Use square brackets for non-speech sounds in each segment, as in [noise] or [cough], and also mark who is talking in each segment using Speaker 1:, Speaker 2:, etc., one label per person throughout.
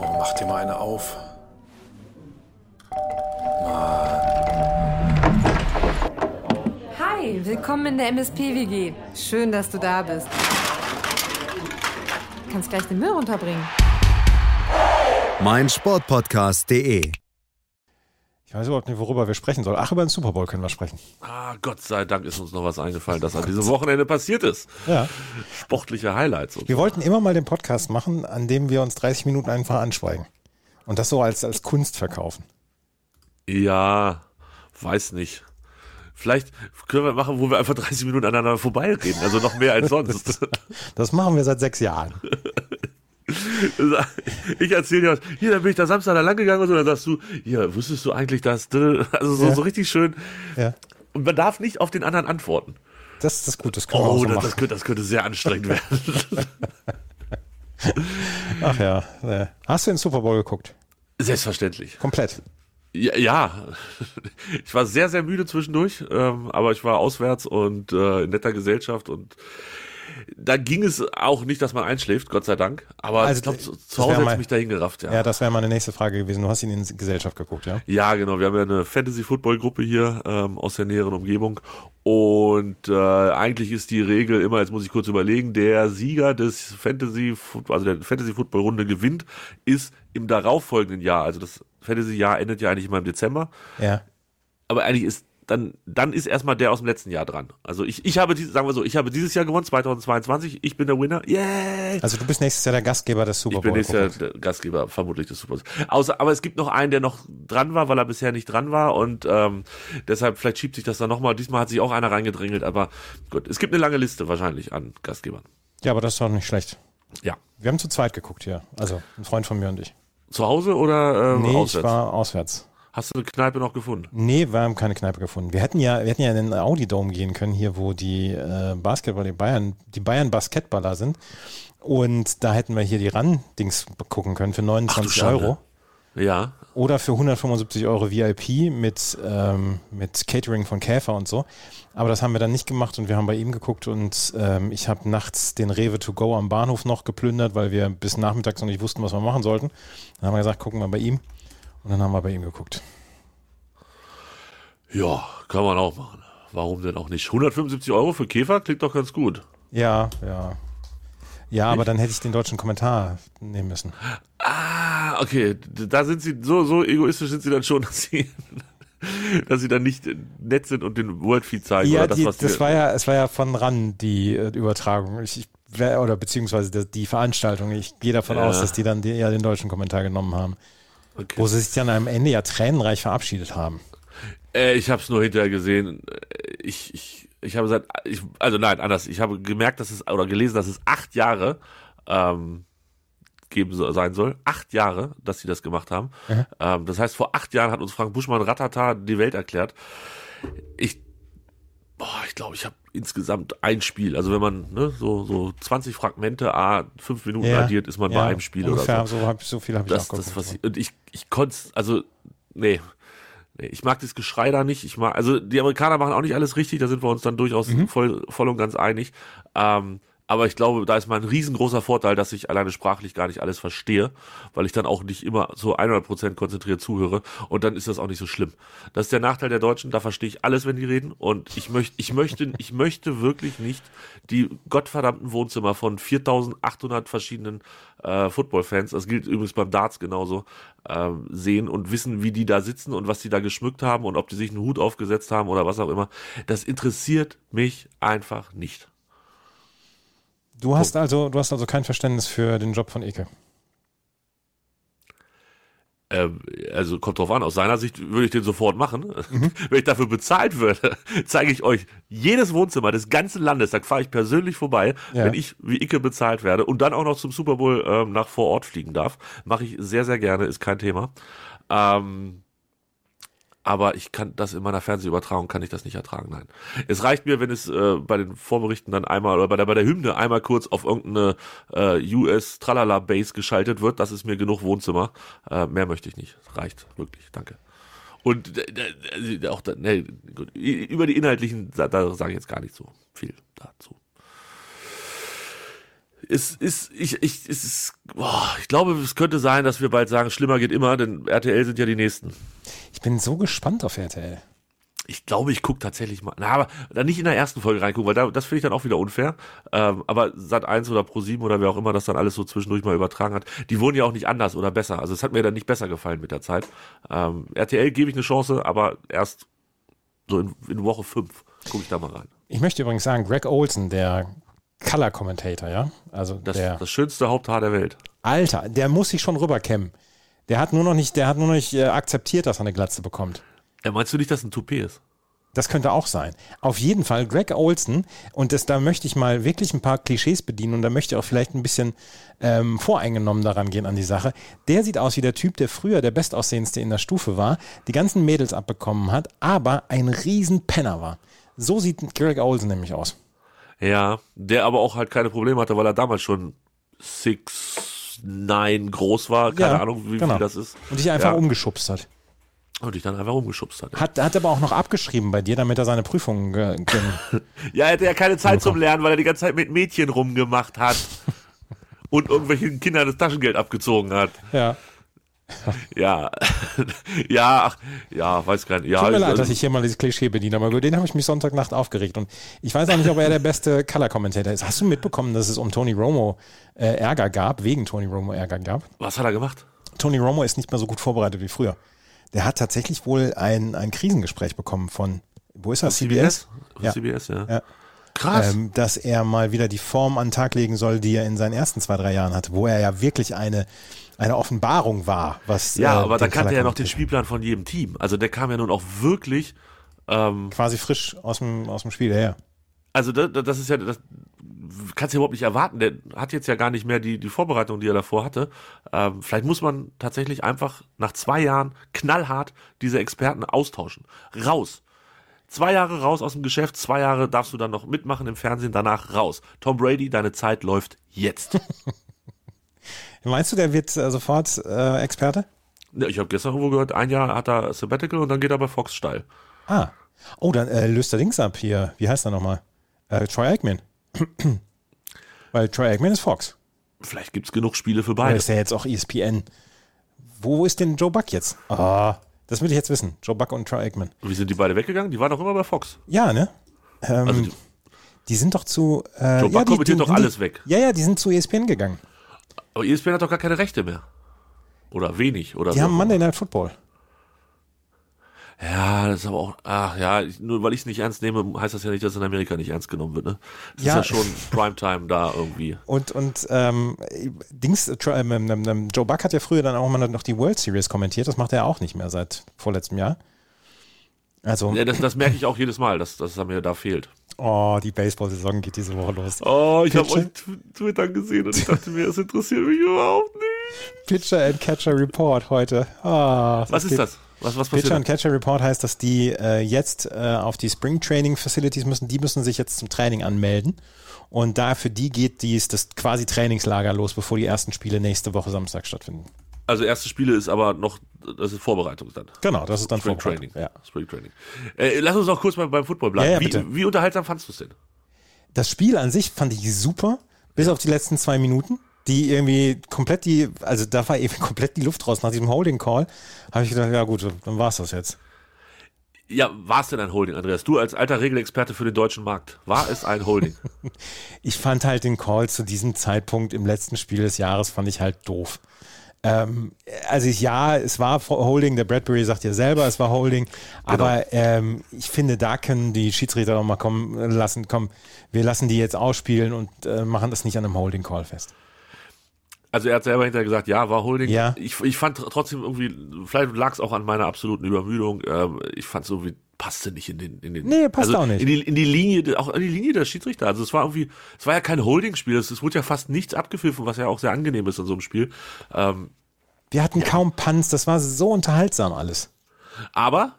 Speaker 1: Oh, dir mal eine auf.
Speaker 2: Hi, willkommen in der MSP-WG. Schön, dass du da bist. Du kannst gleich den Müll runterbringen.
Speaker 3: mein Sportpodcast.de.
Speaker 4: Ich weiß überhaupt nicht, worüber wir sprechen sollen. Ach, über den Super Bowl können wir sprechen.
Speaker 5: Ah, Gott sei Dank ist uns noch was eingefallen, dass an diesem Wochenende passiert ist.
Speaker 4: Ja.
Speaker 5: Sportliche Highlights. Und
Speaker 4: Wir wollten immer mal den Podcast machen, an dem wir uns 30 Minuten einfach anschweigen. Und das so als, als Kunst verkaufen.
Speaker 5: ja, weiß nicht. Vielleicht können wir machen, wo wir einfach 30 Minuten aneinander vorbeireden. Also noch mehr als sonst. [laughs]
Speaker 4: Das machen wir seit sechs Jahren.
Speaker 5: Ich erzähle dir was. Hier, dann bin ich da Samstag da lang gegangen und so. Dann sagst du, hier, wusstest du eigentlich das? Also so,
Speaker 4: Ja.
Speaker 5: so richtig schön.
Speaker 4: Ja.
Speaker 5: Und man darf nicht auf den anderen antworten.
Speaker 4: Das ist das Gute, das können wir auch
Speaker 5: Oh,
Speaker 4: so
Speaker 5: das,
Speaker 4: machen.
Speaker 5: das, könnte, das könnte sehr
Speaker 4: [laughs]
Speaker 5: anstrengend werden.
Speaker 4: Ach ja. äh, Hast du den Super Bowl geguckt?
Speaker 5: Selbstverständlich.
Speaker 4: Komplett.
Speaker 5: Ja, ja, [laughs] ich war sehr, sehr müde zwischendurch, ähm, aber ich war auswärts und äh, in netter Gesellschaft und da ging es auch nicht, dass man einschläft, Gott sei Dank. Aber
Speaker 4: Also,
Speaker 5: ich glaube, zu,
Speaker 4: das
Speaker 5: zu Hause
Speaker 4: wär
Speaker 5: hätte
Speaker 4: mein-
Speaker 5: ich mich dahin gerafft, ja.
Speaker 4: Ja,
Speaker 5: ja.
Speaker 4: das wäre meine nächste Frage gewesen. Du hast ihn in Gesellschaft geguckt, ja?
Speaker 5: genau. Wir haben ja eine Fantasy-Football-Gruppe hier ähm, aus der näheren Umgebung. Und äh, eigentlich ist die Regel immer, jetzt muss ich kurz überlegen, der Sieger des Fantasy, also der Fantasy-Football-Runde gewinnt, ist im darauffolgenden Jahr. Also das Fantasy-Jahr endet ja eigentlich immer im Dezember.
Speaker 4: Ja.
Speaker 5: aber eigentlich ist dann, dann ist erstmal der aus dem letzten Jahr dran. Also ich, ich habe, dieses, sagen wir so, ich habe dieses Jahr gewonnen, 2022, ich bin der Winner, yay!
Speaker 4: Also du bist nächstes Jahr der Gastgeber des Super
Speaker 5: Ich bin
Speaker 4: Bowl.
Speaker 5: nächstes Jahr der Gastgeber, vermutlich des Super Bowls. Außer, aber es gibt noch einen, der noch dran war, weil er bisher nicht dran war und ähm, deshalb, vielleicht schiebt sich das dann nochmal. Diesmal hat sich auch einer reingedrängelt, aber gut, es gibt eine lange Liste wahrscheinlich an Gastgebern.
Speaker 4: Ja, aber das ist doch nicht schlecht.
Speaker 5: Ja.
Speaker 4: Wir haben zu zweit geguckt, ja. Also ein Freund von mir und ich.
Speaker 5: Zu Hause oder ähm,
Speaker 4: Nee, ich
Speaker 5: auswärts?
Speaker 4: war auswärts.
Speaker 5: Hast du eine Kneipe noch gefunden?
Speaker 4: Nee, wir haben keine Kneipe gefunden. Wir hätten ja, wir hätten ja in den Audi Dome gehen können, hier, wo die äh, Basketball, die Bayern, die Bayern Basketballer sind. Und da hätten wir hier die Run-Dings gucken können für 29
Speaker 5: Schande.
Speaker 4: Euro.
Speaker 5: Ja.
Speaker 4: Oder für 175 Euro VIP mit, ähm, mit Catering von Käfer und so. Aber das haben wir dann nicht gemacht und wir haben bei ihm geguckt und ähm, ich habe nachts den Rewe to go am Bahnhof noch geplündert, weil wir bis nachmittags noch nicht wussten, was wir machen sollten. Dann haben wir gesagt, gucken wir bei ihm. Und dann haben wir bei ihm geguckt.
Speaker 5: Ja, kann man auch machen. Warum denn auch nicht? 175 Euro für Käfer klingt doch ganz gut.
Speaker 4: Ja, ja. Ja, aber dann hätte ich den deutschen Kommentar nehmen müssen.
Speaker 5: Ah, okay. D- Da sind sie, so, so egoistisch sind sie dann schon, [laughs] dass sie, dass sie dann nicht nett sind und den Wordfeed zeigen.
Speaker 4: Ja,
Speaker 5: oder das,
Speaker 4: die,
Speaker 5: was
Speaker 4: das
Speaker 5: wir-
Speaker 4: war ja, es war ja von RAN die äh, Übertragung. Ich, ich, wer- oder beziehungsweise die, die Veranstaltung. Ich gehe davon
Speaker 5: Ja.
Speaker 4: aus, dass die dann die, eher den deutschen Kommentar genommen haben.
Speaker 5: okay.
Speaker 4: Wo sie sich dann am Ende ja tränenreich verabschiedet haben.
Speaker 5: äh, ich habe es nur hinterher gesehen. Äh, Ich, ich, ich habe seit, ich, also nein, anders. Ich habe gemerkt, dass es, oder gelesen, dass es acht Jahre ähm, geben so, sein soll. Acht Jahre, dass sie das gemacht haben. Ähm, das heißt, vor acht Jahren hat uns Frank Buschmann Ratata die Welt erklärt. Ich Boah, ich glaube, ich habe insgesamt ein Spiel. Also wenn man ne, so, so 20 Fragmente A, 5 Minuten addiert, ist man
Speaker 4: Ja,
Speaker 5: bei einem Spiel oder so.
Speaker 4: ungefähr, so. hab, so viel habe ich
Speaker 5: Das,
Speaker 4: auch geguckt.
Speaker 5: das, was ich, und ich, ich konnte also, nee, nee, ich mag das Geschrei da nicht. Ich mag, also die Amerikaner machen auch nicht alles richtig, da sind wir uns dann durchaus
Speaker 4: Mhm.
Speaker 5: voll, voll und ganz einig. Ähm, aber ich glaube, da ist mal ein riesengroßer Vorteil, dass ich alleine sprachlich gar nicht alles verstehe, weil ich dann auch nicht immer so 100% konzentriert zuhöre und dann ist das auch nicht so schlimm. Das ist der Nachteil der Deutschen, da verstehe ich alles, wenn die reden und ich möchte, ich möchte, ich möchte wirklich nicht die gottverdammten Wohnzimmer von 4800 verschiedenen äh, Footballfans, das gilt übrigens beim Darts genauso, ähm, sehen und wissen, wie die da sitzen und was die da geschmückt haben und ob die sich einen Hut aufgesetzt haben oder was auch immer. Das interessiert mich einfach nicht.
Speaker 4: du hast also, du hast also kein Verständnis für den Job von Eke.
Speaker 5: Ähm, also kommt drauf an, aus seiner Sicht würde ich den sofort machen. [laughs] Wenn ich dafür bezahlt würde, [laughs] zeige ich euch jedes Wohnzimmer des ganzen Landes, da fahre ich persönlich vorbei,
Speaker 4: Ja.
Speaker 5: wenn ich wie Icke bezahlt werde und dann auch noch zum Super Bowl ähm, nach vor Ort fliegen darf. Mache ich sehr, sehr gerne, ist kein Thema. Ähm, aber ich kann das in meiner Fernsehübertragung kann ich das nicht ertragen, nein. Es reicht mir, wenn es äh, bei den Vorberichten dann einmal oder bei der, bei der Hymne einmal kurz auf irgendeine äh, US Tralala Base geschaltet wird, das ist mir genug Wohnzimmer. Äh, mehr möchte ich nicht. Reicht wirklich. Danke. Und äh, d- d- d- auch da, nee, gut. I- über die inhaltlichen da, da sage ich jetzt gar nicht so viel dazu. es ist, ich, ich, es ist, boah, ich glaube, es könnte sein, dass wir bald sagen, schlimmer geht immer, denn RTL sind ja die Nächsten.
Speaker 4: Ich bin so gespannt auf RTL.
Speaker 5: Ich glaube, ich gucke tatsächlich mal. Na, aber dann nicht in der ersten Folge reingucken, weil da, das finde ich dann auch wieder unfair. Ähm, aber Sat 1 oder Pro 7 oder wer auch immer das dann alles so zwischendurch mal übertragen hat, die wurden ja auch nicht anders oder besser. Also es hat mir dann nicht besser gefallen mit der Zeit. Ähm, RTL gebe ich eine Chance, aber erst so in, in Woche 5 gucke ich da mal rein.
Speaker 4: Ich möchte übrigens sagen, Greg Olson, der Color Commentator, ja? Also
Speaker 5: Das,
Speaker 4: der
Speaker 5: das schönste Haupthaar der Welt.
Speaker 4: Alter, der muss sich schon rüberkämmen. Der hat nur noch nicht, der hat nur noch nicht äh, akzeptiert, dass er eine Glatze bekommt.
Speaker 5: Äh, meinst du nicht, dass ein Toupet ist?
Speaker 4: Das könnte auch sein. Auf jeden Fall Greg Olson und das, da möchte ich mal wirklich ein paar Klischees bedienen und da möchte ich auch vielleicht ein bisschen ähm, voreingenommen daran gehen an die Sache. Der sieht aus wie der Typ, der früher der bestaussehendste in der Stufe war, die ganzen Mädels abbekommen hat, aber ein Riesenpenner war. So sieht Greg Olson nämlich aus.
Speaker 5: Ja, der aber auch halt keine Probleme hatte, weil er damals schon 6, 9 groß war. Keine
Speaker 4: Ja,
Speaker 5: Ahnung, wie
Speaker 4: genau.
Speaker 5: viel das ist.
Speaker 4: Und dich einfach um-
Speaker 5: ja.
Speaker 4: umgeschubst hat.
Speaker 5: Und dich dann einfach umgeschubst hat.
Speaker 4: Hat, hat aber auch noch abgeschrieben bei dir, damit er seine Prüfungen ge ge-
Speaker 5: Ja, er hatte ja keine Zeit zum Lernen, weil er die ganze Zeit mit Mädchen rumgemacht hat. Und irgendwelchen Kindern das Taschengeld abgezogen hat.
Speaker 4: ja.
Speaker 5: Ja. [laughs] ja, ach, ja, weiß gar nicht. Ja,
Speaker 4: Tut mir leid,
Speaker 5: also-
Speaker 4: dass ich hier mal dieses Klischee bediene, aber über den habe ich mich Sonntagnacht aufgeregt. Und ich weiß auch nicht, ob er der beste Color-Kommentator ist. Hast du mitbekommen, dass es um Tony Romo äh, Ärger gab, wegen Tony Romo Ärger gab?
Speaker 5: Was hat er gemacht?
Speaker 4: Tony Romo ist nicht mehr so gut vorbereitet wie früher. Der hat tatsächlich wohl ein, ein Krisengespräch bekommen von, wo ist er, CBS? Ja.
Speaker 5: Ja. CBS, ja.
Speaker 4: Ja.
Speaker 5: Krass.
Speaker 4: Ähm, dass er mal wieder die Form an den Tag legen soll, die er in seinen ersten zwei, drei Jahren hatte, wo er ja wirklich eine, eine Offenbarung war. Was,
Speaker 5: ja,
Speaker 4: äh,
Speaker 5: aber da
Speaker 4: den
Speaker 5: kannte er ja noch den
Speaker 4: Color-Kommentator-
Speaker 5: Spielplan von jedem Team. Also der kam ja nun auch wirklich ähm,
Speaker 4: Quasi frisch aus dem, aus dem Spiel her.
Speaker 5: also das, das ist ja, das kannst du ja überhaupt nicht erwarten. Der hat jetzt ja gar nicht mehr die, die Vorbereitung, die er davor hatte. Ähm, vielleicht muss man tatsächlich einfach nach zwei Jahren knallhart diese Experten austauschen. Raus. Zwei Jahre raus aus dem Geschäft, zwei Jahre darfst du dann noch mitmachen im Fernsehen, danach raus. Tom Brady, deine Zeit läuft
Speaker 4: [laughs]
Speaker 5: jetzt.
Speaker 4: Meinst du, der wird äh, sofort äh, Experte?
Speaker 5: Ne, ich habe gestern irgendwo gehört, ein Jahr hat er Sabbatical und dann geht er bei Fox steil.
Speaker 4: Ah. Oh, dann äh, löst er Dings ab hier. Wie heißt er nochmal? Äh, Troy Aikman. [clears throat] Weil Troy Aikman ist Fox.
Speaker 5: Vielleicht gibt's genug Spiele für
Speaker 4: Weil
Speaker 5: beide.
Speaker 4: ist ja jetzt auch E ESPN. Wo ist denn Joe Buck jetzt? Ah, das will ich jetzt wissen. Joe Buck und Troy Aikman.
Speaker 5: Wie sind die beide weggegangen? Die waren doch immer bei Fox.
Speaker 4: Ja, ne? Ähm,
Speaker 5: Also
Speaker 4: die, sind doch zu. Äh,
Speaker 5: Joe Buck
Speaker 4: ja, die,
Speaker 5: kommentiert
Speaker 4: die,
Speaker 5: doch alles weg.
Speaker 4: Ja, ja, die sind zu E ESPN gegangen.
Speaker 5: Aber E ESPN hat doch gar keine Rechte mehr. Oder wenig, oder
Speaker 4: Die
Speaker 5: so.
Speaker 4: haben Monday Night Football.
Speaker 5: Ja, das ist aber auch, ach ja, ich, nur weil ich es nicht ernst nehme, heißt das ja nicht, dass in Amerika nicht ernst genommen wird, ne? Das
Speaker 4: Ja.
Speaker 5: ist
Speaker 4: [laughs]
Speaker 5: ja schon Primetime da irgendwie.
Speaker 4: Und, und ähm, Dings, äh, Tro- ähm, ähm, ähm, Joe Buck hat ja früher dann auch mal noch die World Series kommentiert. Das macht er auch nicht mehr seit vorletztem Jahr. Also,
Speaker 5: Ja, das, das merke ich auch jedes Mal, dass, dass es mir da fehlt.
Speaker 4: oh, die Baseball-Saison geht diese Woche los.
Speaker 5: Oh, ich habe
Speaker 4: Pitcher?
Speaker 5: euch Twitter gesehen und ich dachte mir, es interessiert mich überhaupt nicht.
Speaker 4: Pitcher and Catcher Report heute. Ah,
Speaker 5: Was ist
Speaker 4: geht-
Speaker 5: das? Was, was passiert?
Speaker 4: Pitcher
Speaker 5: da?
Speaker 4: and Catcher Report heißt, dass die äh, jetzt äh, auf die Spring Training Facilities müssen. Die müssen sich jetzt zum Training anmelden. Und da für die geht dies, das quasi Trainingslager los, bevor die ersten Spiele nächste Woche Samstag stattfinden.
Speaker 5: Also erste Spiele ist aber noch, das ist Vorbereitung dann.
Speaker 4: Genau, das ist dann
Speaker 5: Spring
Speaker 4: Vorbereitung.
Speaker 5: Training.
Speaker 4: Ja.
Speaker 5: Spring Training. Äh, lass uns noch kurz mal beim Football bleiben.
Speaker 4: Ja, ja, bitte.
Speaker 5: wie, wie unterhaltsam fandst du es denn?
Speaker 4: das Spiel an sich fand ich super, bis auf die letzten zwei Minuten, die irgendwie komplett die, also da war eben [laughs] komplett die Luft raus nach diesem Holding Call. Habe ich gedacht, ja gut, dann war's das jetzt.
Speaker 5: Ja, war es denn ein Holding, Andreas? Du als alter Regelexperte für den deutschen Markt, war es ein Holding?
Speaker 4: Ich fand halt den Call zu diesem Zeitpunkt im letzten Spiel des Jahres fand ich halt doof. Ähm, also ich, ja, es war Holding, der Bradbury sagt ja selber, es war Holding, aber ähm, ich finde, da können die Schiedsrichter doch mal kommen lassen, komm, wir lassen die jetzt ausspielen und äh, machen das nicht an einem Holding Call fest.
Speaker 5: Also er hat selber hinterher gesagt, ja, war Holding.
Speaker 4: Ja.
Speaker 5: Ich, ich fand tr- trotzdem irgendwie, vielleicht lag es auch an meiner absoluten Übermüdung. Ähm, ich fand es irgendwie passte nicht in den, in den.
Speaker 4: Nee, passt
Speaker 5: also
Speaker 4: auch nicht.
Speaker 5: In die, in die Linie, de- auch in die Linie der Schiedsrichter. Also es war irgendwie, es war ja kein Holding-Spiel. Es, es wurde ja fast nichts abgepfiffen, was ja auch sehr angenehm ist in so einem Spiel. Ähm,
Speaker 4: Wir hatten kaum Punts, das war so unterhaltsam alles.
Speaker 5: aber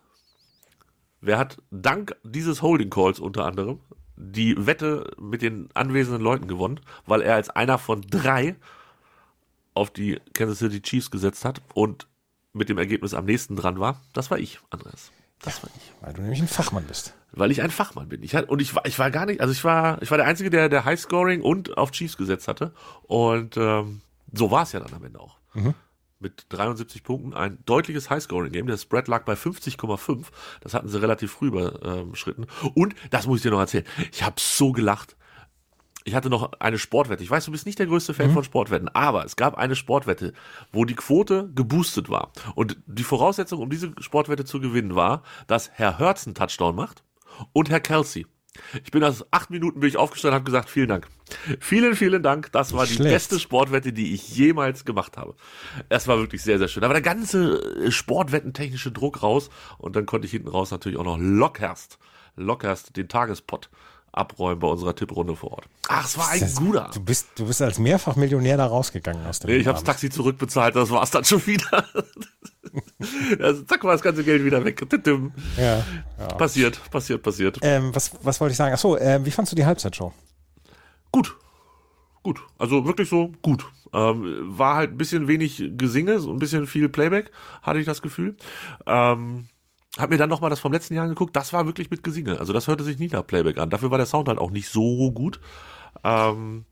Speaker 5: wer hat dank dieses Holding-Calls unter anderem die Wette mit den anwesenden Leuten gewonnen, weil er als einer von drei auf die Kansas City Chiefs gesetzt hat und mit dem Ergebnis am nächsten dran war, das war ich, Andreas. Das war ich.
Speaker 4: Weil du nämlich ein Fachmann bist.
Speaker 5: Weil ich ein Fachmann bin. Ich hatte, und ich war, ich war gar nicht, also ich war, ich war der Einzige, der, der Highscoring und auf Chiefs gesetzt hatte. Und ähm, so war es ja dann am Ende auch. Mit 73 Punkten ein deutliches Highscoring-Game. Der Spread lag bei 50,5. Das hatten sie relativ früh überschritten. Und, das muss ich dir noch erzählen, ich habe so gelacht. Ich hatte noch eine Sportwette. Ich weiß, du bist nicht der größte Fan von Sportwetten, aber es gab eine Sportwette, wo die Quote geboostet war. Und die Voraussetzung, um diese Sportwette zu gewinnen, war, dass Herr Hertz einen Touchdown macht und Herr Kelsey. Ich bin aus acht Minuten bin ich aufgestanden und habe gesagt, vielen Dank. Vielen, vielen Dank. Das war die
Speaker 4: Schlecht.
Speaker 5: beste Sportwette, die ich jemals gemacht habe. Das war wirklich sehr, sehr schön. Da war der ganze äh, sportwettentechnische Druck raus und dann konnte ich hinten raus natürlich auch noch lockerst, lockerst den Tagespot abräumen bei unserer Tipprunde vor Ort. Ach, es war ein guter. Abend.
Speaker 4: Du bist, du bist als Mehrfachmillionär da rausgegangen aus dem
Speaker 5: Nee, ich habe das
Speaker 4: Abend.
Speaker 5: Taxi zurückbezahlt, das war's dann schon wieder. [laughs] also, zack, war das ganze Geld wieder weg. Tittim.
Speaker 4: ja, ja.
Speaker 5: Passiert, passiert, passiert.
Speaker 4: Ähm, was, was wollte ich sagen? Achso, ähm, wie fandst du die Halbzeitshow?
Speaker 5: Gut. Gut. Also wirklich so gut. Ähm, war halt ein bisschen wenig Gesinge, so ein bisschen viel Playback, hatte ich das Gefühl. Ähm, hab mir dann nochmal das vom letzten Jahr angeguckt, das war wirklich mit Gesinge. Also das hörte sich nicht nach Playback an. Dafür war der Sound halt auch nicht so gut. Ähm,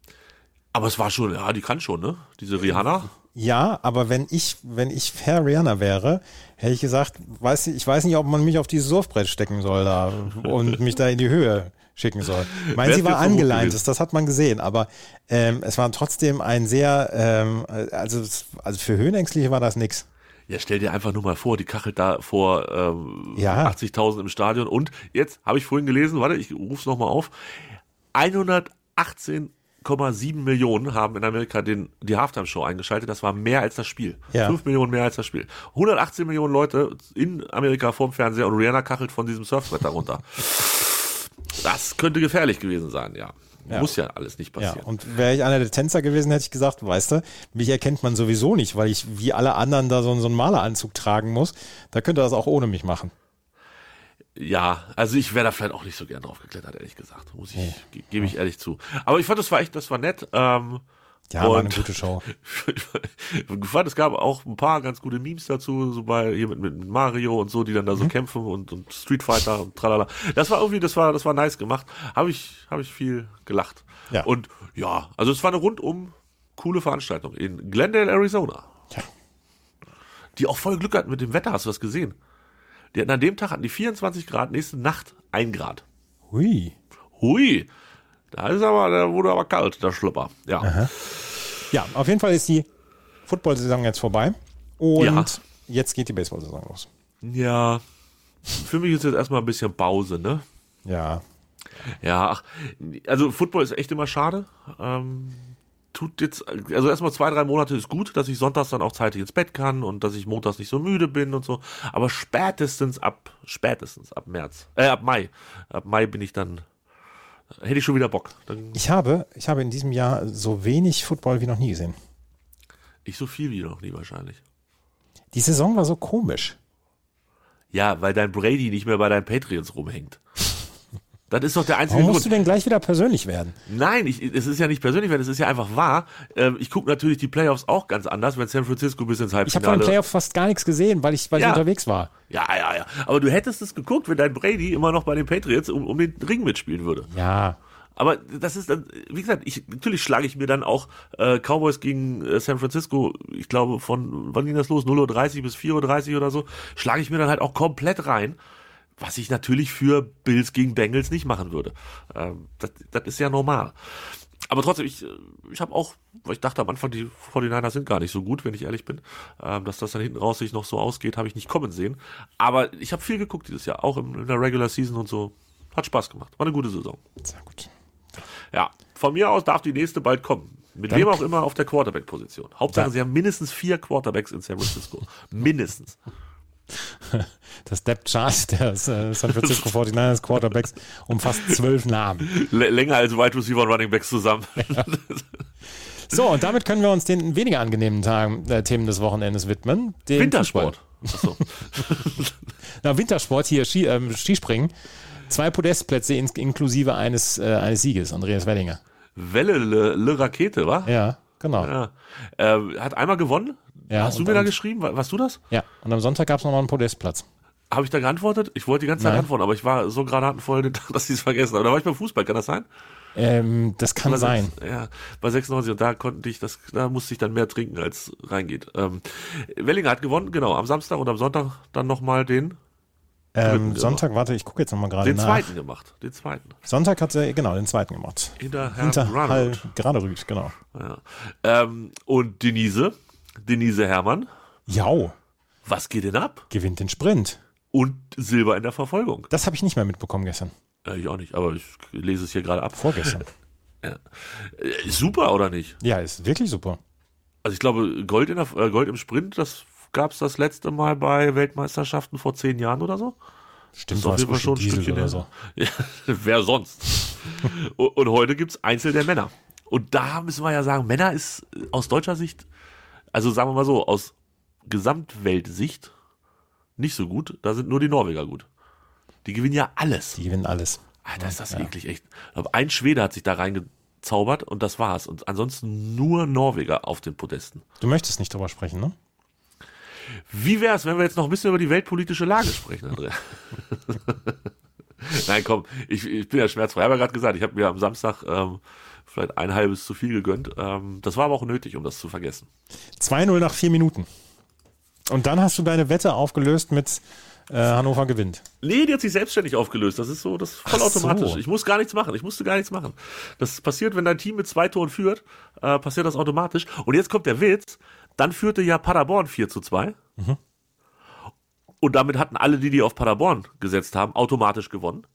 Speaker 5: aber es war schon, ja, die kann schon, ne? Diese Rihanna.
Speaker 4: Ja, aber wenn ich, wenn ich fair Rihanna wäre, hätte ich gesagt, weiß, ich weiß nicht, ob man mich auf dieses Surfbrett stecken soll da
Speaker 5: [laughs]
Speaker 4: und mich da in die Höhe schicken soll. Ich meine,
Speaker 5: Wär's
Speaker 4: sie war
Speaker 5: jetzt so gut
Speaker 4: angeleint,
Speaker 5: gewesen.
Speaker 4: das, das hat man gesehen, aber ähm, es war trotzdem ein sehr, ähm, also, es- also für Höhenängstliche war das nix.
Speaker 5: Ja, stell dir einfach nur mal vor, die kachelt da vor ähm,
Speaker 4: Ja.
Speaker 5: 80.000 im Stadion. Und jetzt habe ich vorhin gelesen, warte, ich rufe es nochmal auf. 118,7 Millionen haben in Amerika den, die Halftime-Show eingeschaltet. Das war mehr als das Spiel.
Speaker 4: Ja.
Speaker 5: 5 Millionen mehr als das Spiel. 118 Millionen Leute in Amerika vorm Fernseher und Rihanna kachelt von diesem Surfbrett runter. Das könnte gefährlich gewesen sein, ja. Muss ja alles nicht
Speaker 4: Ja,
Speaker 5: passieren.
Speaker 4: und wäre ich einer der Tänzer gewesen, hätte ich gesagt, weißt du, mich erkennt man sowieso nicht, weil ich wie alle anderen da so, einen- so einen Maleranzug tragen muss. Da könnte das auch ohne mich machen.
Speaker 5: Ja, also ich wäre da vielleicht auch nicht so gern drauf geklettert, ehrlich gesagt. Muss
Speaker 4: Oh.
Speaker 5: ich, ge- gebe ich ehrlich zu. Aber ich fand, das war echt, das war nett. Ähm,
Speaker 4: Ja, war eine
Speaker 5: Und-
Speaker 4: gute Show.
Speaker 5: ich [laughs] fand, es gab auch ein paar ganz gute Memes dazu, so bei hier mit, mit Mario und so, die dann da so kämpfen und, und Street Fighter und tralala. Das war irgendwie, das war, das war nice gemacht. Habe ich, habe ich viel gelacht.
Speaker 4: Ja.
Speaker 5: Und ja, also es war eine rundum coole Veranstaltung in Glendale, Arizona.
Speaker 4: Ja.
Speaker 5: Die auch voll Glück hatten mit dem Wetter, hast du das gesehen? Die hatten an dem Tag hatten die 24 Grad, nächste Nacht 1 Grad.
Speaker 4: Hui.
Speaker 5: Hui, da ist aber, da wurde aber kalt, der Schlüpper. Ja.
Speaker 4: Ja, auf jeden Fall ist die Football-Saison jetzt vorbei. Und
Speaker 5: Ja.
Speaker 4: jetzt geht die Baseball-Saison los.
Speaker 5: Ja. Für mich ist jetzt erstmal ein bisschen Pause, ne?
Speaker 4: Ja.
Speaker 5: Ja, ach, also Football ist echt immer schade. Ähm, tut jetzt, also erstmal zwei, drei Monate ist gut, dass ich sonntags dann auch zeitig ins Bett kann und dass ich montags nicht so müde bin und so. Aber spätestens ab, spätestens ab März, äh, ab Mai. Ab Mai bin ich dann, hätte ich schon wieder Bock. Dann
Speaker 4: Ich habe, ich habe in diesem Jahr so wenig Football wie noch nie gesehen.
Speaker 5: ich so viel wie noch nie wahrscheinlich.
Speaker 4: Die Saison war so komisch.
Speaker 5: Ja, weil dein Brady nicht mehr bei deinen Patriots rumhängt. Das ist doch der einzige
Speaker 4: Warum
Speaker 5: Grund.
Speaker 4: musst du denn gleich wieder persönlich werden?
Speaker 5: Nein, ich, es ist ja nicht persönlich, weil es ist ja einfach wahr. Ähm, ich gucke natürlich die Playoffs auch ganz anders, wenn San Francisco bis ins
Speaker 4: Ich habe von
Speaker 5: Halbfinale.
Speaker 4: dem Playoff fast gar nichts gesehen, weil ich, weil
Speaker 5: Ja.
Speaker 4: ich unterwegs war.
Speaker 5: ja, ja, ja. Aber du hättest es geguckt, wenn dein Brady immer noch bei den Patriots um, um den Ring mitspielen würde.
Speaker 4: Ja.
Speaker 5: Aber das ist dann, wie gesagt, ich, natürlich schlage ich mir dann auch äh, Cowboys gegen äh, San Francisco, ich glaube von, wann ging das los? 0.30 Uhr bis 4.30 Uhr oder so, schlage ich mir dann halt auch komplett rein, was ich natürlich für Bills gegen Bengals nicht machen würde. Ähm, das, das ist ja normal. Aber trotzdem, ich, äh, ich habe auch, weil ich dachte am Anfang, die 49ers sind gar nicht so gut, wenn ich ehrlich bin, ähm, dass das dann hinten raus sich noch so ausgeht, habe ich nicht kommen sehen. Aber ich habe viel geguckt dieses Jahr, auch in, in der Regular Season und so. Hat Spaß gemacht. War eine gute Saison.
Speaker 4: Sehr gut.
Speaker 5: Ja, von mir aus darf die nächste bald kommen. Mit
Speaker 4: Dann-
Speaker 5: wem auch immer auf der Quarterback-Position. Hauptsache,
Speaker 4: Dann-
Speaker 5: sie haben mindestens vier Quarterbacks in San Francisco. mindestens. [laughs]
Speaker 4: Das Depth-Chart der
Speaker 5: [laughs]
Speaker 4: äh, San Francisco 49ers Quarterbacks umfasst zwölf Namen.
Speaker 5: L länger als Wide Receiver und Running Backs zusammen. [laughs]
Speaker 4: So, und damit können wir uns den weniger angenehmen Tagen, äh, Themen des Wochenendes widmen. dem
Speaker 5: Wintersport. Achso.
Speaker 4: Na, Wintersport hier, Ski, ähm, Skispringen. Zwei Podestplätze ins, inklusive eines, äh, eines Sieges, Andreas Wellinger.
Speaker 5: Welle, le, le Rakete, wa?
Speaker 4: Ja, genau. Ja,
Speaker 5: Ja. Ähm, hat einmal gewonnen.
Speaker 4: Ja,
Speaker 5: Hast du
Speaker 4: und-
Speaker 5: mir da
Speaker 4: und-
Speaker 5: geschrieben? Wa- Warst du das?
Speaker 4: und am Sonntag gab es nochmal einen Podestplatz.
Speaker 5: Habe ich da geantwortet? Ich wollte die ganze Zeit
Speaker 4: Nein.
Speaker 5: antworten, aber ich war so granatenvoll, [laughs] dass ich es vergessen habe. Da war ich beim Fußball, kann das sein?
Speaker 4: Ähm, das kann
Speaker 5: Bei
Speaker 4: sein.
Speaker 5: sechs- Ja, bei 96 und da konnte ich das, da musste ich dann mehr trinken, als reingeht. Ähm, Wellinger hat gewonnen, genau, am Samstag und am Sonntag dann nochmal den,
Speaker 4: Ähm,
Speaker 5: Dritten,
Speaker 4: Sonntag, warte, ich gucke jetzt nochmal gerade
Speaker 5: den
Speaker 4: nach.
Speaker 5: zweiten gemacht. Den zweiten.
Speaker 4: Sonntag hat er, genau, den zweiten gemacht.
Speaker 5: Hinter Herrn
Speaker 4: Hinter
Speaker 5: Ronald.
Speaker 4: Hall- Granerüth, genau.
Speaker 5: Ja. Ähm, und Denise, Denise Hermann,
Speaker 4: Jau,
Speaker 5: was geht denn ab?
Speaker 4: gewinnt den Sprint.
Speaker 5: Und Silber in der Verfolgung.
Speaker 4: Das habe ich nicht mehr mitbekommen gestern,
Speaker 5: Äh, ich auch nicht, aber ich lese es hier gerade ab. [laughs]
Speaker 4: vorgestern.
Speaker 5: Äh, super, oder nicht?
Speaker 4: ja, ist wirklich super.
Speaker 5: Also ich glaube, Gold, in der, äh, Gold im Sprint, das gab es das letzte Mal bei Weltmeisterschaften vor zehn Jahren oder so.
Speaker 4: Stimmt,
Speaker 5: Ist auf
Speaker 4: war es
Speaker 5: jeden Fall
Speaker 4: Uschi
Speaker 5: schon ein
Speaker 4: Diesel
Speaker 5: Stückchen
Speaker 4: oder
Speaker 5: her.
Speaker 4: so.
Speaker 5: [laughs] Ja,
Speaker 4: [laughs]
Speaker 5: wer sonst? und, und heute gibt's Einzel der Männer. Und da müssen wir ja sagen, Männer ist äh, aus deutscher Sicht, also sagen wir mal so, aus Gesamtweltsicht nicht so gut. Da sind nur die Norweger gut. Die gewinnen ja alles.
Speaker 4: Die gewinnen alles.
Speaker 5: Alter, ist das eklig, echt. Ich glaub, ein Schwede hat sich da reingezaubert und das war's. Und ansonsten nur Norweger auf den Podesten.
Speaker 4: Du möchtest nicht drüber sprechen, ne?
Speaker 5: Wie wär's, wenn wir jetzt noch ein bisschen über die weltpolitische Lage sprechen, Andrea? [laughs] Nein, komm, ich, ich bin ja schmerzfrei. Ich habe ja gerade gesagt, ich habe mir am Samstag ähm, vielleicht ein halbes zu viel gegönnt. Ähm, das war aber auch nötig, um das zu vergessen.
Speaker 4: 2-0 nach vier Minuten. Und dann hast du deine Wette aufgelöst mit äh, Hannover gewinnt.
Speaker 5: Nee, die hat sich selbstständig aufgelöst. Das ist so, das ist vollautomatisch.
Speaker 4: Ach so.
Speaker 5: Ich muss gar nichts machen. Ich musste gar nichts machen. Das passiert, wenn dein Team mit zwei Toren führt, äh, passiert das automatisch. Und jetzt kommt der Witz. Dann führte ja Paderborn 4 zu 2. Und damit hatten alle, die die auf Paderborn gesetzt haben, automatisch gewonnen.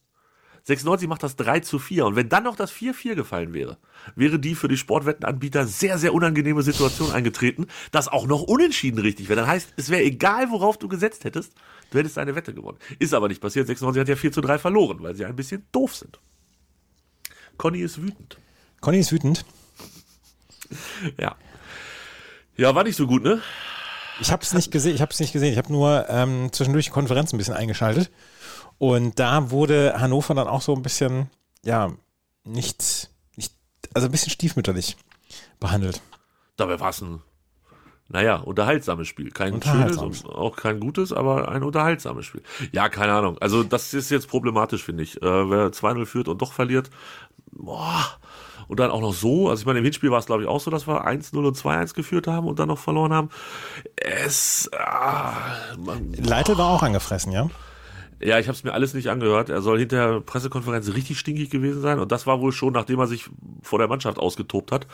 Speaker 5: 96 macht das 3 zu 4. Und wenn dann noch das 4-4 gefallen wäre, wäre die für die Sportwettenanbieter sehr, sehr unangenehme Situation eingetreten, dass auch noch unentschieden richtig wäre. Dann heißt, es wäre egal, worauf du gesetzt hättest, du hättest deine Wette gewonnen. Ist aber nicht passiert. 96 hat ja 4 zu 3 verloren, weil sie ein bisschen doof sind. Conny ist wütend.
Speaker 4: Conny ist wütend.
Speaker 5: Ja. Ja, war nicht so gut, ne?
Speaker 4: Ich habe es nicht gesehen. Ich habe es nicht gesehen. Ich habe nur ähm, zwischendurch die Konferenz ein bisschen eingeschaltet und da wurde Hannover dann auch so ein bisschen, ja, nicht, nicht also ein bisschen stiefmütterlich behandelt.
Speaker 5: Dabei war es ein, naja, unterhaltsames Spiel. Kein schönes
Speaker 4: Unterhaltsames.
Speaker 5: und auch kein gutes, aber ein unterhaltsames Spiel. Ja, keine Ahnung. Also das ist jetzt problematisch, finde ich. Äh, wer 2-0 führt und doch verliert, boah. Und dann auch noch so, also ich meine, im Hinspiel war es glaube ich auch so, dass wir 1-0 und 2-1 geführt haben und dann noch verloren haben. Es, ah, man,
Speaker 4: Leitl war auch angefressen, ja.
Speaker 5: ja, ich habe es mir alles nicht angehört. Er soll hinter der Pressekonferenz richtig stinkig gewesen sein. Und das war wohl schon, nachdem er sich vor der Mannschaft ausgetobt hat.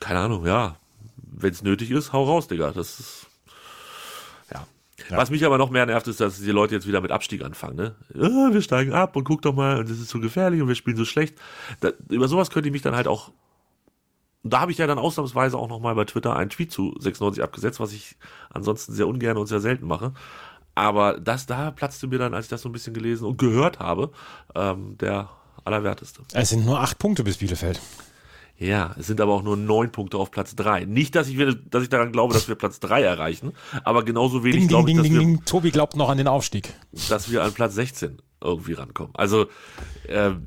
Speaker 5: Keine Ahnung, ja. Wenn es nötig ist, hau raus, Digga. Das ist. Ja. Was mich aber noch mehr nervt, ist, dass die Leute jetzt wieder mit Abstieg anfangen. Ne? Äh, wir steigen ab und guck doch mal, und das ist so gefährlich und wir spielen so schlecht. Da, über sowas könnte ich mich dann halt auch und da habe ich ja dann ausnahmsweise auch nochmal bei Twitter einen Tweet zu 96 abgesetzt, was ich ansonsten sehr ungern und sehr selten mache. Aber das da platzte mir dann, als ich das so ein bisschen gelesen und gehört habe, ähm, der Allerwerteste.
Speaker 4: Es sind nur acht Punkte bis Bielefeld.
Speaker 5: Ja, es sind aber auch nur neun Punkte auf Platz drei. Nicht, dass ich, wir- dass ich daran glaube, dass wir Platz drei erreichen, aber genauso wenig
Speaker 4: Ding, ding,
Speaker 5: glaube ich,
Speaker 4: ding,
Speaker 5: dass,
Speaker 4: ding,
Speaker 5: wir,
Speaker 4: ding. Tobi glaubt noch an den Aufstieg.
Speaker 5: dass wir an Platz 16 irgendwie rankommen. Also ähm,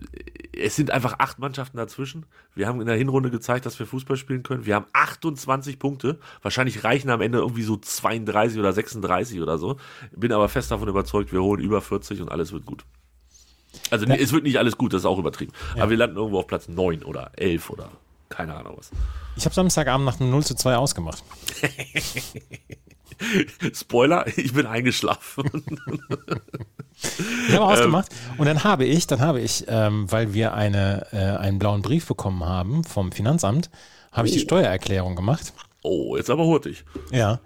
Speaker 5: es sind einfach acht Mannschaften dazwischen. Wir haben in der Hinrunde gezeigt, dass wir Fußball spielen können. Wir haben 28 Punkte. Wahrscheinlich reichen am Ende irgendwie so 32 oder 36 oder so. Bin aber fest davon überzeugt, wir holen über 40 und alles wird gut. Also es wird nicht alles gut, das ist auch übertrieben. Aber wir landen irgendwo auf Platz 9 oder 11 oder keine Ahnung was.
Speaker 4: Ich habe Samstagabend nach einem 0 zu 2 ausgemacht.
Speaker 5: Spoiler, [laughs] ich bin eingeschlafen. [laughs]
Speaker 4: Ich
Speaker 5: Ähm.
Speaker 4: habe ausgemacht. Und dann habe ich, dann habe ich, ähm, weil wir eine, äh, einen blauen Brief bekommen haben vom Finanzamt, habe ich die Steuererklärung gemacht.
Speaker 5: Oh, jetzt aber hurtig.
Speaker 4: Ja.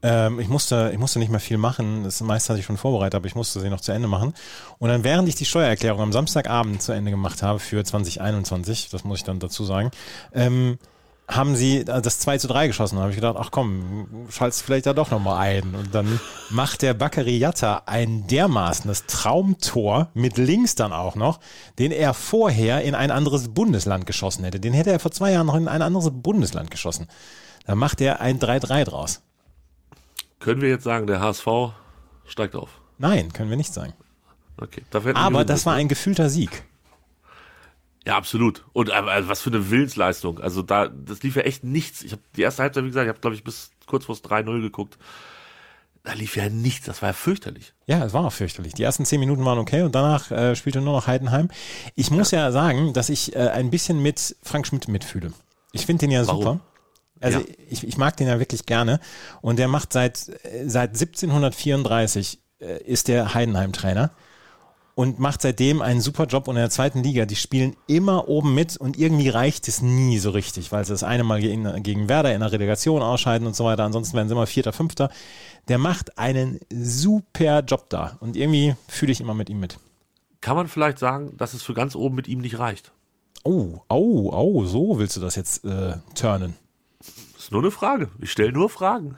Speaker 4: Ähm, ich, musste, ich musste nicht mehr viel machen. Das meiste hatte ich schon vorbereitet, aber ich musste sie noch zu Ende machen. Und dann, während ich die Steuererklärung am Samstagabend zu Ende gemacht habe für 2021, das muss ich dann dazu sagen, ähm, haben sie äh, das 2 zu 3 geschossen. Da habe ich gedacht, ach komm, schalt's vielleicht da doch nochmal ein. Und dann macht der Bakary Jatta ein dermaßenes Traumtor mit links dann auch noch, den er vorher in ein anderes Bundesland geschossen hätte. Den hätte er vor zwei Jahren noch in ein anderes Bundesland geschossen. Da macht er ein 3-3 draus.
Speaker 5: Können wir jetzt sagen, der HSV steigt auf?
Speaker 4: Nein, können wir nicht sagen.
Speaker 5: Okay. Dafür hätten wir
Speaker 4: Aber
Speaker 5: gewinnen
Speaker 4: das war ein gefühlter Sieg.
Speaker 5: Ja, absolut. Und aber was für eine Willensleistung. Also da, das lief ja echt nichts. Ich habe die erste Halbzeit, wie gesagt, ich habe, glaube ich, bis kurz vor das 3-0 geguckt. da lief ja nichts. Das war ja fürchterlich.
Speaker 4: Ja, es war auch fürchterlich. Die ersten zehn Minuten waren okay und danach äh, spielte nur noch Heidenheim. Ich muss ja, sagen, dass ich äh, ein bisschen mit Frank Schmidt mitfühle. Ich finde den ja
Speaker 5: Warum?
Speaker 4: super. Also
Speaker 5: Ja.
Speaker 4: ich, ich mag den ja wirklich gerne. Und der macht seit, äh, seit 1734 äh, ist der Heidenheim-Trainer und macht seitdem einen super Job und in der zweiten Liga. Die spielen immer oben mit und irgendwie reicht es nie so richtig, weil sie das eine Mal gegen, gegen Werder in der Relegation ausscheiden und so weiter. Ansonsten werden sie immer Vierter, Fünfter. Der macht einen super Job da und irgendwie fühle ich immer mit ihm mit.
Speaker 5: Kann man vielleicht sagen, dass es für ganz oben mit ihm nicht reicht?
Speaker 4: Oh, au, au, so willst du das jetzt äh, turnen.
Speaker 5: ist nur eine Frage. Ich stelle
Speaker 4: [laughs]
Speaker 5: nur Fragen.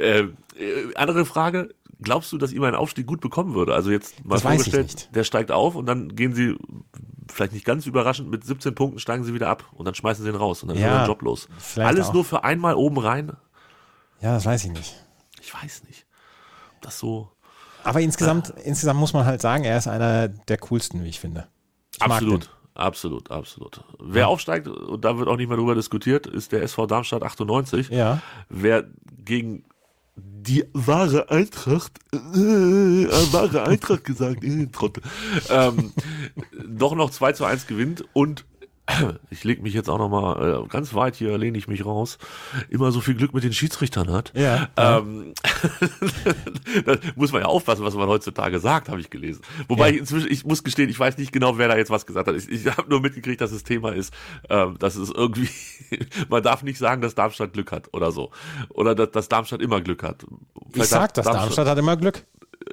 Speaker 5: ähm, äh, andere Frage. Glaubst du, dass E ihm ein Aufstieg gut bekommen würde? Also jetzt mal
Speaker 4: Das weiß ich
Speaker 5: vorgestellt,
Speaker 4: nicht.
Speaker 5: der steigt auf und dann gehen sie vielleicht nicht ganz überraschend mit 17 Punkten steigen sie wieder ab und dann schmeißen sie ihn raus und dann
Speaker 4: Ja,
Speaker 5: ist er Job los.
Speaker 4: vielleicht
Speaker 5: Alles
Speaker 4: auch.
Speaker 5: nur für einmal oben rein?
Speaker 4: Ja, das weiß ich nicht.
Speaker 5: Ich weiß nicht. Ob Das so
Speaker 4: Aber insgesamt, insgesamt muss man halt sagen, er ist einer der coolsten, wie ich finde. Ich mag
Speaker 5: absolut, absolut, absolut. Wer aufsteigt und da wird auch nicht mehr drüber diskutiert, ist der SV Darmstadt 98.
Speaker 4: den. Ja.
Speaker 5: wer gegen die wahre Eintracht, äh, äh, wahre Eintracht gesagt, äh, Trottel, ähm, doch noch 2 zu 1 gewinnt und [clears throat] ich leg mich jetzt auch nochmal äh, ganz weit hier, lehne ich mich raus, immer so viel Glück mit den Schiedsrichtern hat.
Speaker 4: Ja.
Speaker 5: Ähm, [laughs] da muss man ja aufpassen, was man heutzutage sagt, habe ich gelesen. Wobei
Speaker 4: Ja.
Speaker 5: ich inzwischen, ich muss gestehen, ich weiß nicht genau, wer da jetzt was gesagt hat. Ich, ich habe nur mitgekriegt, dass das Thema ist, ähm, dass es irgendwie, [laughs] man darf nicht sagen, dass Darmstadt Glück hat oder so. Oder dass, dass Darmstadt immer Glück hat.
Speaker 4: Ich
Speaker 5: Vielleicht
Speaker 4: sag
Speaker 5: darf
Speaker 4: das, Darmstadt hat immer Glück.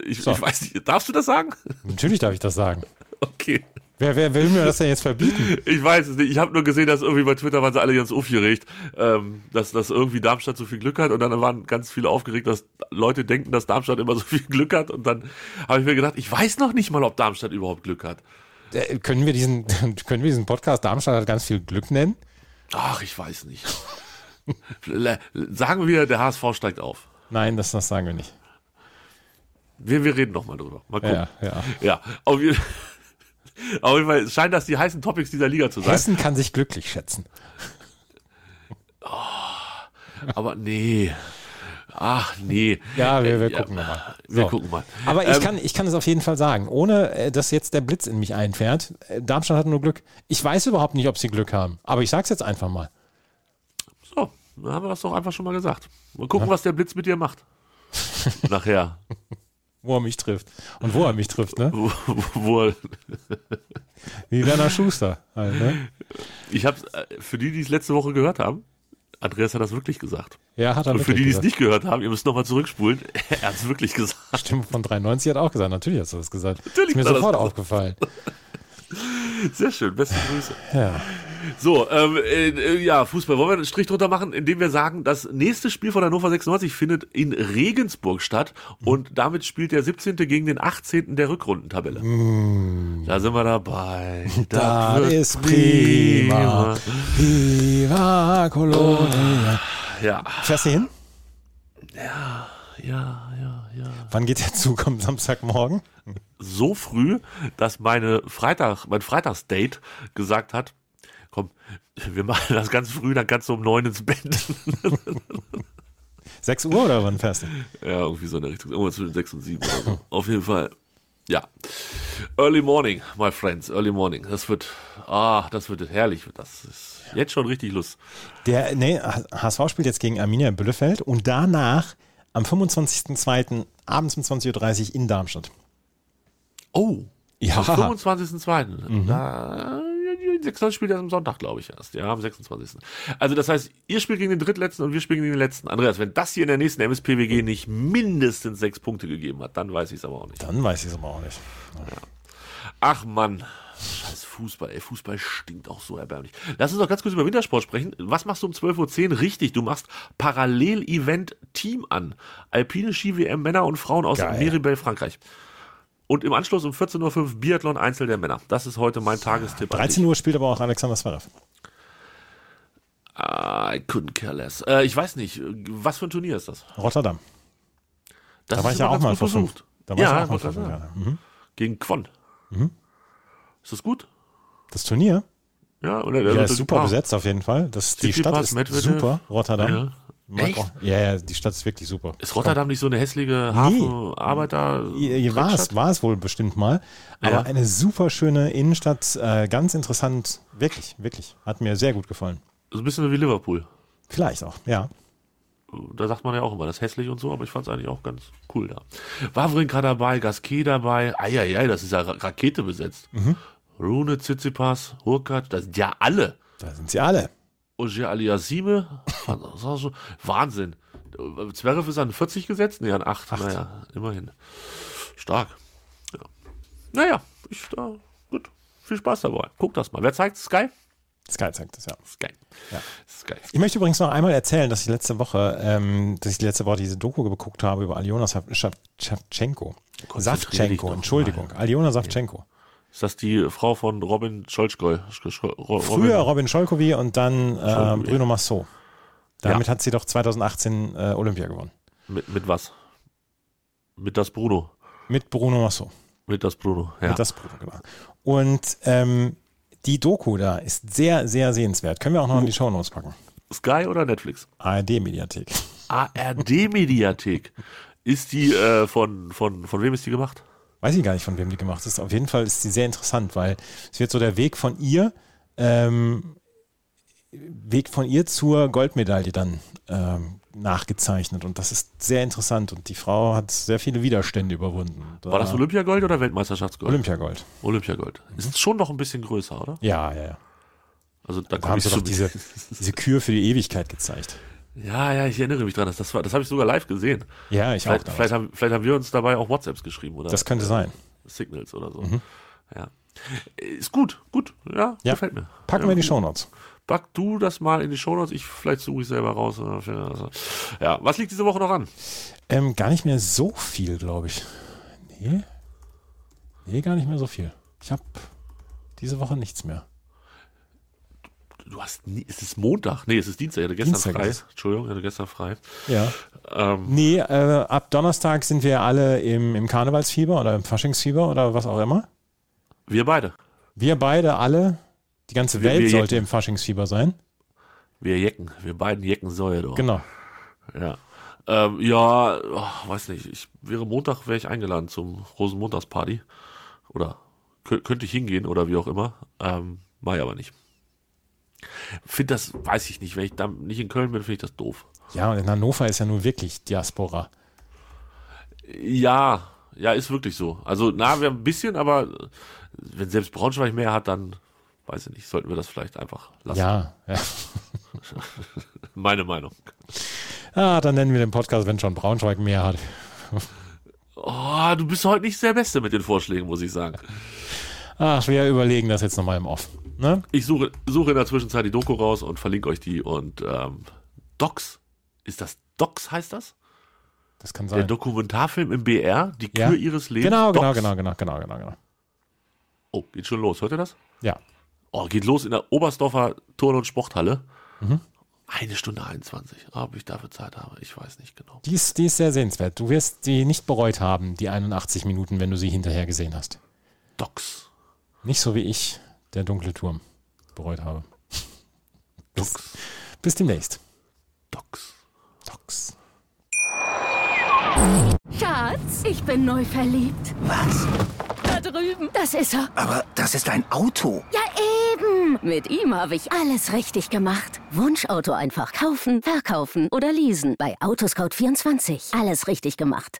Speaker 5: Ich,
Speaker 4: So.
Speaker 5: ich weiß nicht, darfst du das sagen? [laughs]
Speaker 4: Natürlich darf ich das sagen.
Speaker 5: Okay.
Speaker 4: Wer, wer will mir das denn jetzt verbieten?
Speaker 5: [laughs] Ich weiß es nicht. Ich habe nur gesehen, dass irgendwie bei Twitter waren sie alle ganz aufgeregt, ähm, dass, dass irgendwie Darmstadt so viel Glück hat. Und dann waren ganz viele aufgeregt, dass Leute denken, dass Darmstadt immer so viel [laughs] Glück hat. Und dann habe ich mir gedacht, ich weiß noch nicht mal, ob Darmstadt überhaupt Glück hat.
Speaker 4: Äh, können, wir diesen, [laughs] können wir diesen Podcast Darmstadt hat ganz viel Glück nennen?
Speaker 5: Ach, ich weiß nicht. [laughs] Le- Sagen wir, der HSV steigt auf.
Speaker 4: Nein, das, das sagen wir nicht.
Speaker 5: Wir, wir reden nochmal drüber. Mal gucken.
Speaker 4: Ja, ja.
Speaker 5: Ja, auf jeden, [laughs] auf jeden Fall es scheinen das die heißen Topics dieser Liga zu sein.
Speaker 4: Hessen kann sich glücklich schätzen.
Speaker 5: Aber nee. Ach, nee.
Speaker 4: Ja, wir, wir
Speaker 5: Ja,
Speaker 4: gucken nochmal.
Speaker 5: Wir
Speaker 4: So.
Speaker 5: gucken mal.
Speaker 4: Aber ich,
Speaker 5: Ähm,
Speaker 4: kann, ich kann es auf jeden Fall sagen, ohne äh, dass jetzt der Blitz in mich einfährt. äh, Darmstadt hat nur Glück. Ich weiß überhaupt nicht, ob sie Glück haben. Aber ich sag's jetzt einfach mal.
Speaker 5: So, Oh, dann haben wir das doch einfach schon mal gesagt. Mal gucken, was der Blitz mit dir [laughs] macht. Nachher.
Speaker 4: Wo er mich trifft. Und wo er mich trifft, ne?
Speaker 5: Wo, wo, er-
Speaker 4: Wie Werner Schuster. Halt, ne?
Speaker 5: ich hab's, äh, für die, die es letzte Woche gehört haben, Andreas hat das wirklich gesagt.
Speaker 4: Ja, hat halt er
Speaker 5: Und für die, die es
Speaker 4: gesagt.
Speaker 5: nicht gehört haben, ihr müsst nochmal zurückspulen, [laughs] er hat's wirklich gesagt.
Speaker 4: Stimme von 93 hat auch gesagt. Natürlich hast du das gesagt.
Speaker 5: Natürlich
Speaker 4: Ist mir
Speaker 5: hat er das
Speaker 4: sofort aufgefallen.
Speaker 5: gesagt. [laughs] Sehr schön, beste Grüße.
Speaker 4: Ja.
Speaker 5: So, ähm, äh, äh, ja, Fußball. Wollen wir einen Strich drunter machen, indem wir sagen, das nächste Spiel von Hannover 96 findet in Regensburg statt
Speaker 4: Mhm.
Speaker 5: und damit spielt der 17. gegen den 18. der Rückrundentabelle. Da sind
Speaker 4: [laughs]
Speaker 5: wir dabei.
Speaker 4: Das
Speaker 5: wird
Speaker 4: Mhm. ist prima. Viva Colonia.
Speaker 5: Ja,
Speaker 4: Fährst du hin?
Speaker 5: ja, ja, ja.
Speaker 4: Wann geht der Zug am Samstagmorgen?
Speaker 5: So früh, dass meine Freitag, mein Freitagsdate gesagt hat, komm, wir machen das ganz früh, dann kannst du um neun ins Bett.
Speaker 4: 6 Uhr oder wann fährst du?
Speaker 5: Ja, irgendwie so in der Richtung. Irgendwas zwischen 6 und 7 oder so. Auf jeden Fall. Ja. Early morning, my friends. Early morning. Das wird, ah, das wird herrlich. Das ist jetzt schon richtig Lust.
Speaker 4: Der, nee, HSV spielt jetzt gegen Arminia Bielefeld und danach am 25.02. abends um 20.30 Uhr in Darmstadt.
Speaker 5: Oh.
Speaker 4: Ja.
Speaker 5: Am 25.02. Na, Sechster spielt erst am Sonntag, glaube ich, erst. Ja, am 26. Also, das heißt, ihr spielt gegen den Drittletzten und wir spielen gegen den Letzten. Andreas, wenn das hier in der nächsten MSPWG nicht mindestens sechs Punkte gegeben hat, dann weiß ich es aber auch nicht.
Speaker 4: Dann weiß ich es aber auch nicht.
Speaker 5: Ach Mann. Scheiß Fußball, ey. Fußball stinkt auch so erbärmlich. Lass uns doch ganz kurz über Wintersport sprechen. Was machst du um 12.10 Uhr richtig? Du machst Parallel-Event Team an. Alpine Ski-WM Männer und Frauen aus
Speaker 4: Geil.
Speaker 5: Meribel, Frankreich. Und im Anschluss um 14.05 Uhr Biathlon Einzel der Männer. Das ist heute mein Tagestipp. an dich.
Speaker 4: 13 Uhr spielt aber auch Alexander Zverev.
Speaker 5: Ah, I couldn't care less. Äh, ich weiß nicht, was für ein Turnier ist das?
Speaker 4: Rotterdam.
Speaker 5: Das
Speaker 4: Da war
Speaker 5: ist
Speaker 4: ich ja
Speaker 5: immer
Speaker 4: auch
Speaker 5: ganz
Speaker 4: mal
Speaker 5: gut
Speaker 4: vor fünf.
Speaker 5: versucht.
Speaker 4: Da war
Speaker 5: ja,
Speaker 4: ich auch mal
Speaker 5: wollte
Speaker 4: vor
Speaker 5: gerade
Speaker 4: fünf
Speaker 5: sagen.
Speaker 4: Jahren. Mhm.
Speaker 5: Gegen Quon. Ist das gut?
Speaker 4: Das Turnier?
Speaker 5: Ja, oder
Speaker 4: Ja,
Speaker 5: also,
Speaker 4: ist super
Speaker 5: ah.
Speaker 4: besetzt auf jeden Fall. Das, die
Speaker 5: Tsitsipas,
Speaker 4: Stadt ist
Speaker 5: Medvedev.
Speaker 4: super, Rotterdam.
Speaker 5: Ja.
Speaker 4: Mag
Speaker 1: Echt?
Speaker 4: auch- Ja, ja, die Stadt ist wirklich super.
Speaker 5: Ist Rotterdam nicht so eine hässliche Hafenarbeiter?
Speaker 4: War es, war es wohl bestimmt mal. Aber
Speaker 5: Ja.
Speaker 4: eine super schöne Innenstadt, äh, ganz interessant. Wirklich, wirklich. Hat mir sehr gut gefallen.
Speaker 5: So ein bisschen wie Liverpool.
Speaker 4: Vielleicht auch, ja.
Speaker 5: Da sagt man ja auch immer, das ist hässlich und so, aber ich fand es eigentlich auch ganz cool da. Wawrinka dabei, Gasquet dabei, eieiei, das ist ja Ra- Rakete besetzt. Rune, Tsitsipas, Hurkacz, das sind ja alle.
Speaker 4: Da sind sie alle.
Speaker 5: Ogier Aliasime, fand das auch so- Wahnsinn. Äh, Zverev ist an 40 gesetzt? Nee, an 8. Naja, immerhin. Stark. Ja. Naja, ich, da, gut. Viel Spaß dabei. Guck das mal. Wer zeigt Sky?
Speaker 4: Sky zeigt es, ja.
Speaker 5: Sky.
Speaker 4: Ja.
Speaker 5: Sky.
Speaker 4: Ich möchte übrigens noch einmal erzählen, dass ich letzte Woche, ähm, dass ich letzte Woche diese Doku geguckt habe über Aljona Sav- Schav- Schawtschenko.
Speaker 5: Konzentrier dich
Speaker 4: Savtschenko,
Speaker 5: doch
Speaker 4: Entschuldigung. Aljona Savtschenko.
Speaker 5: Ist das die Frau von Robin Scholzgoy? Sch- Sch- Ro-
Speaker 4: Früher
Speaker 5: Robin-
Speaker 4: Robin Scholkowy und dann äh,
Speaker 5: Scholkowy.
Speaker 4: Bruno Massot. Damit
Speaker 5: Ja.
Speaker 4: hat sie doch 2018 äh, Olympia gewonnen.
Speaker 5: Mit, mit was? Mit das Bruno.
Speaker 4: Mit Bruno Massot.
Speaker 5: Mit das Bruno, ja.
Speaker 4: Mit das Bruder, genau. Und ähm, die Doku da ist sehr, sehr sehenswert. Können wir auch noch
Speaker 5: Oh.
Speaker 4: in die Shownotes packen.
Speaker 5: Sky oder Netflix?
Speaker 4: ARD-Mediathek.
Speaker 5: ARD-Mediathek. ist die äh, von, von, von wem ist die gemacht?
Speaker 4: Weiß ich gar nicht, von wem die gemacht ist. Auf jeden Fall ist sie sehr interessant, weil es wird so der Weg von ihr, ähm, Weg von ihr zur Goldmedaille dann ähm, nachgezeichnet. Und das ist sehr interessant. Und die Frau hat sehr viele Widerstände überwunden. Da-
Speaker 5: War das Olympiagold oder Weltmeisterschaftsgold?
Speaker 4: Olympiagold?
Speaker 5: Olympiagold. Ist schon noch ein bisschen größer, oder?
Speaker 4: Ja, ja, ja.
Speaker 5: Also da,
Speaker 4: Da
Speaker 5: komm
Speaker 4: haben
Speaker 5: ich
Speaker 4: sie doch
Speaker 5: zu- [laughs]
Speaker 4: diese, diese Kür für die Ewigkeit gezeigt.
Speaker 5: Ja, ja, ich erinnere mich dran. Das, das, war- das habe ich sogar live gesehen.
Speaker 4: Ja, ich auch.
Speaker 5: Vielleicht,
Speaker 4: damals.
Speaker 5: vielleicht, haben, vielleicht haben wir uns dabei auch WhatsApps geschrieben oder
Speaker 4: Das könnte sein.
Speaker 5: Signals oder so. Ja. Ist gut, gut. Ja,
Speaker 4: Mhm. Ja.
Speaker 5: gefällt mir.
Speaker 4: Packen
Speaker 5: ja,
Speaker 4: wir in die
Speaker 5: gut.
Speaker 4: Shownotes.
Speaker 5: Pack du das mal in die Shownotes. Ich vielleicht suche ich selber raus. oder finde das- Ja, was liegt diese Woche noch an?
Speaker 4: Ähm, gar nicht mehr so viel, glaube ich. Nee. Nee, gar nicht mehr so viel. Ich habe diese Woche nichts mehr.
Speaker 5: Du hast nie, es ist Montag. Nee, es ist Dienstag. Ich hatte gestern
Speaker 4: Dienstag
Speaker 5: frei.
Speaker 4: ist es.
Speaker 5: Entschuldigung, ich hatte gestern frei.
Speaker 4: Ja.
Speaker 5: Ähm,
Speaker 4: Nee, äh, ab Donnerstag sind wir alle im, im Karnevalsfieber oder im Faschingsfieber oder was auch immer.
Speaker 5: wir beide.
Speaker 4: Wir beide alle, die ganze
Speaker 5: Wir-
Speaker 4: Welt
Speaker 5: wir
Speaker 4: sollte im Faschingsfieber sein.
Speaker 5: Wir jecken. Wir beiden jecken Säue doch.
Speaker 4: Genau.
Speaker 5: Ja. Ähm, ja, oh, weiß nicht. Ich wäre Montag, wäre ich eingeladen zum Rosenmontagsparty. Oder kö könnte ich hingehen oder wie auch immer. Ähm, mach ich aber nicht. Find das, weiß ich nicht. Wenn ich da nicht in Köln bin, finde ich das doof.
Speaker 4: Ja, und in Hannover ist ja nun wirklich Diaspora.
Speaker 5: Ja, ja, ist wirklich so. Also, na, wir haben ein bisschen, aber äh, wenn selbst Braunschweig mehr hat, dann weiß ich nicht, sollten wir das vielleicht einfach lassen.
Speaker 4: Ja, ja.
Speaker 5: Meine Meinung.
Speaker 4: Ah, dann nennen wir den Podcast, wenn schon Braunschweig mehr hat.
Speaker 5: Oh, du bist heute nicht der Beste mit den Vorschlägen, muss ich sagen.
Speaker 4: Ach, wir überlegen das jetzt nochmal im Off. Ne?
Speaker 5: Ich suche, suche in der Zwischenzeit die Doku raus und verlinke euch die. Und ähm, Docs, ist das Docs heißt das?
Speaker 4: Das kann
Speaker 5: Der
Speaker 4: sein.
Speaker 5: Dokumentarfilm im BR, die Kür
Speaker 4: Ja.
Speaker 5: ihres Lebens.
Speaker 4: Genau, genau,
Speaker 5: Docs.
Speaker 4: genau, genau, genau, genau, genau.
Speaker 5: Oh, geht schon los. Hört ihr das?
Speaker 4: Ja.
Speaker 5: Oh, geht los in der Oberstdorfer Turn- und Sporthalle.
Speaker 4: Mhm.
Speaker 5: Eine Stunde 21. Ob ich dafür Zeit habe, ich weiß nicht genau.
Speaker 4: Die ist, die ist sehr sehenswert. Du wirst die nicht bereut haben, die 81 Minuten, wenn du sie hinterher gesehen hast.
Speaker 5: Docs.
Speaker 4: Nicht so wie ich, der dunkle Turm, bereut habe.
Speaker 5: Docs.
Speaker 4: Bis demnächst.
Speaker 5: Docs.
Speaker 4: Docs.
Speaker 6: Schatz, ich bin neu verliebt.
Speaker 7: Was?
Speaker 6: Da drüben. Das ist er.
Speaker 7: Aber das ist ein Auto.
Speaker 6: Ja, eben. Mit ihm habe ich alles richtig gemacht. Wunschauto einfach kaufen, verkaufen oder leasen. Bei Autoscout24. Alles richtig gemacht.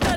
Speaker 6: Da